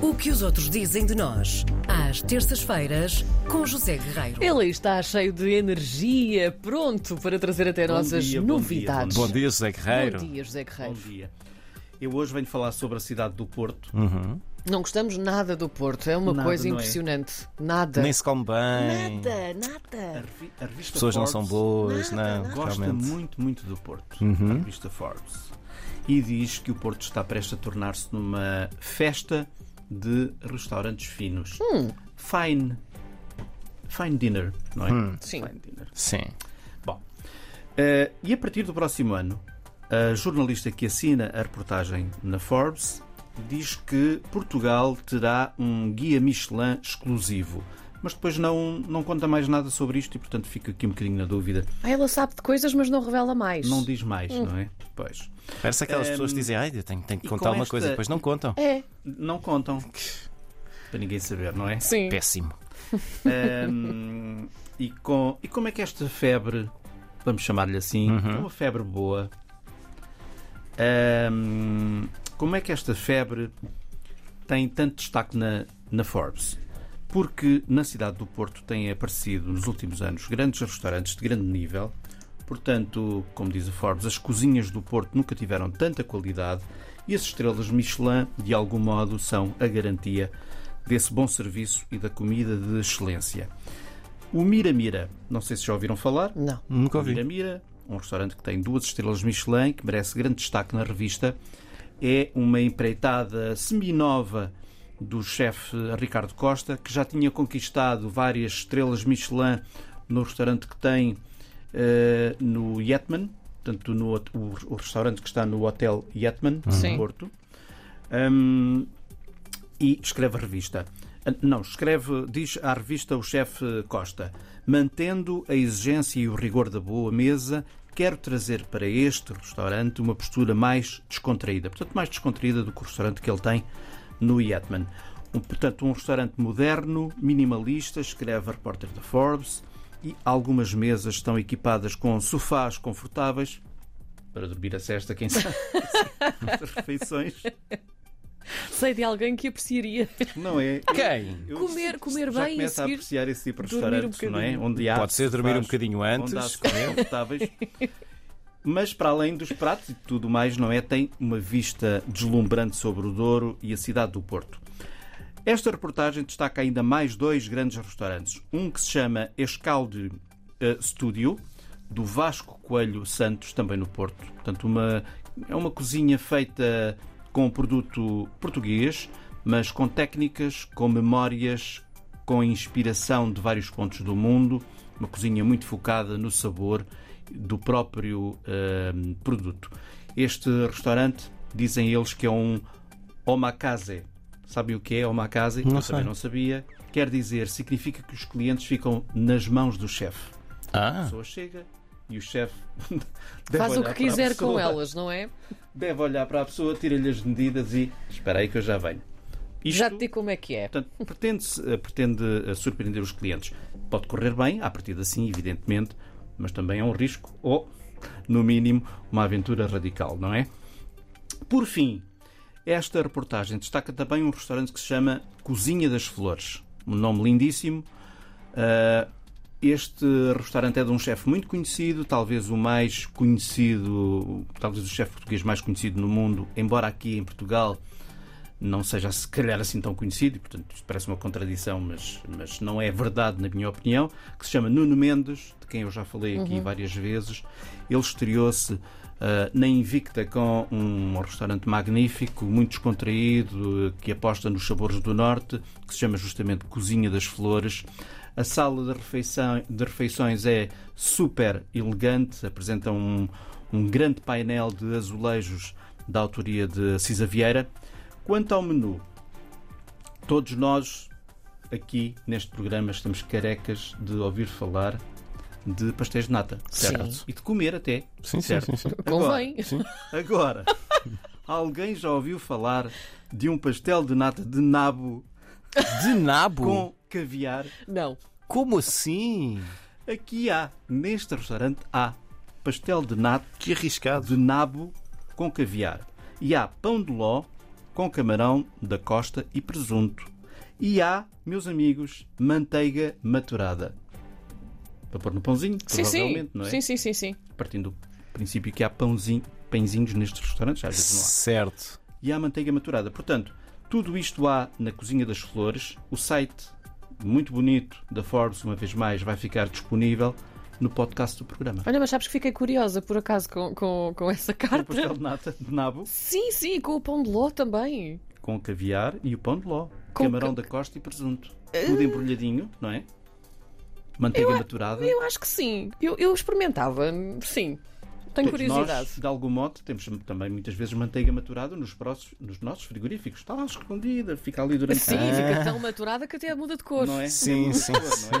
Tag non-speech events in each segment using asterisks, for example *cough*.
O que os outros dizem de nós, às terças-feiras, com José Guerreiro. Ele está cheio de energia, pronto para trazer até Bom nossas dia, bom novidades. Bom dia, Zé Guerreiro. Bom dia, José Guerreiro. Bom dia. Eu hoje venho falar sobre a cidade do Porto. Hum. Não gostamos nada do Porto, é uma Nada, coisa não é? impressionante. Nada. Nem se come bem. Nada, A, nada. revi- a revista As pessoas não Forbes são boas, não, é? Gosta realmente. Uhum. muito, muito do Porto. A revista Forbes. E diz que o Porto está prestes a tornar-se numa festa de restaurantes finos. Hum. Fine. Fine dinner, não é? Hum. Sim. Fine dinner. Sim. Bom, eh, e a partir do próximo ano, a jornalista que assina a reportagem na Forbes diz que Portugal terá um guia Michelin exclusivo. Mas depois não, não conta mais nada sobre isto e, portanto, fica aqui um bocadinho na dúvida. Ah, ela sabe de coisas, mas não revela mais. Não diz mais, não é? Pois. Parece aquelas pessoas que dizem, ai, eu tenho, tenho que e contar com uma esta- coisa, depois não contam. É, Não contam. Para ninguém saber, não é? sim. Péssimo. Ahm, e, com, e como é que esta febre, vamos chamar-lhe assim, é uma febre boa, ahm, como é que esta febre tem tanto destaque na, na Forbes? Porque na cidade do Porto têm aparecido nos últimos anos grandes restaurantes de grande nível. Portanto, como diz a Forbes, as cozinhas do Porto nunca tiveram tanta qualidade e as estrelas Michelin, de algum modo, são a garantia desse bom serviço e da comida de excelência. O Mira Mira, não sei se já ouviram falar, Não. Nunca o Mira ouvi. Mira, um restaurante que tem duas estrelas Michelin, que merece grande destaque na revista, é uma empreitada seminova do chefe Ricardo Costa, que já tinha conquistado várias estrelas Michelin no restaurante que tem eh, no Yetman, portanto, no, hot- o, o restaurante que está no Hotel Yetman, Sim. no Porto. Ahm, e escreve a revista. Ah, Não, escreve, diz à revista o chefe Costa: mantendo a exigência e o rigor da boa mesa, quero trazer para este restaurante uma postura mais descontraída. Portanto, mais descontraída do que o restaurante que ele tem no Yetman. Um, portanto, um restaurante moderno, minimalista, escreve a repórter da Forbes, e algumas mesas estão equipadas com sofás confortáveis para dormir a cesta, quem sabe, as refeições. Sei de alguém que apreciaria Não é? Quem? Eu- Comer- comer já bem e a começo a seguir apreciar esse tipo de dormir um restaurantes, não é? bocadinho. Onde há Pode ser dormir um sofás, bocadinho antes, Onde há sofás comer. confortáveis. *laughs* Mas para além dos pratos e tudo mais, não é? Tem uma vista deslumbrante sobre o Douro e a cidade do Porto. Esta reportagem destaca ainda mais dois grandes restaurantes. Um que se chama Escalde eh, Studio, do Vasco Coelho Santos, também no Porto. Portanto, uma, é uma cozinha feita com produto português, mas com técnicas, com memórias, com inspiração de vários pontos do mundo. Uma cozinha muito focada no sabor do próprio eh, produto. Este restaurante, dizem eles que é um omakase. Sabem o que é omakase? Eu sei. também não sabia. Quer dizer, significa que os clientes ficam nas mãos do chefe. A Ah, pessoa chega e o chefe *laughs* deve Faz o olhar que é, para a quiser com pessoa, elas, não é? Deve olhar para a pessoa, tira-lhe as medidas e espera aí que eu já venho. Isto, Já te digo como é que é. portanto, pretende-se- eh, pretende eh, surpreender os clientes. Pode correr bem, à partida sim, evidentemente, mas também é um risco ou, no mínimo, uma aventura radical, não é? Por fim, esta reportagem destaca também um restaurante que se chama Cozinha das Flores. Um nome lindíssimo. Ah, este restaurante é de um chefe muito conhecido, talvez o mais conhecido, talvez o chefe português mais conhecido no mundo, embora aqui em Portugal não seja se calhar assim tão conhecido, e, portanto isto parece uma contradição, mas, mas não é verdade na minha opinião, que se chama Nuno Mendes, de quem eu já falei aqui várias vezes. Ele estreou-se ah, na Invicta com um restaurante magnífico, muito descontraído, eh, que aposta nos sabores do Norte, que se chama justamente Cozinha das Flores. A sala de, refeição- de refeições é super elegante, apresenta um, um grande painel de azulejos da autoria de Cisa Vieira. Quanto ao menu, todos nós aqui neste programa estamos carecas de ouvir falar de pastéis de nata, certo? Sim. E de comer até. sim, sim, certo? sim, sim. Convém. *laughs* Agora, alguém já ouviu falar de um pastel de nata de nabo De nabo? com caviar? Não. Como assim? Aqui há, neste restaurante há pastel de nata Que arriscado. de nabo com caviar. E há pão de ló com camarão da costa e presunto. E há, meus amigos, manteiga maturada. Para pôr no pãozinho, Sim, provavelmente, sim. não é? Sim, sim, sim, sim. Partindo do princípio que há pãozinho, pãezinhos nestes restaurantes, às vezes não há Certo. e há manteiga maturada. Portanto, tudo isto há na Cozinha das Flores. O site, muito bonito, da Forbes, uma vez mais, vai ficar disponível no podcast do programa. Olha, mas sabes que fiquei curiosa, por acaso, com, com, com essa O pastel carta. de nata de nabo, Sim, sim, com o pão de ló também. com caviar e o pão de ló, Com camarão ca- Ah! da costa e presunto. Tudo embrulhadinho, não é? Manteiga maturada. Eu acho que sim. Eu, eu experimentava, sim. Tenho Todos curiosidade. Nós, de algum modo, temos também muitas vezes manteiga maturada nos, próximos- nos nossos frigoríficos. Está lá escondida, fica ali durante Sim, anos. Ah. fica tão maturada que até muda de cor. Não é? Sim, sim, *laughs* sim. *laughs*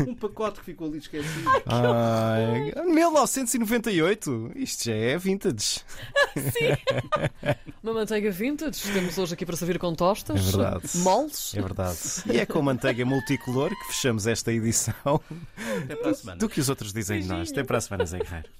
Um pacote que ficou ali esquecido. Ai, 1998. Isto já é vintage. Uma manteiga vintage, temos hoje aqui para servir com tostas, É verdade. moles. É verdade. E é com manteiga multicolor que fechamos esta edição Até para a semana. do que os outros dizem de nós. Até para a semana, Zé Guerreiro.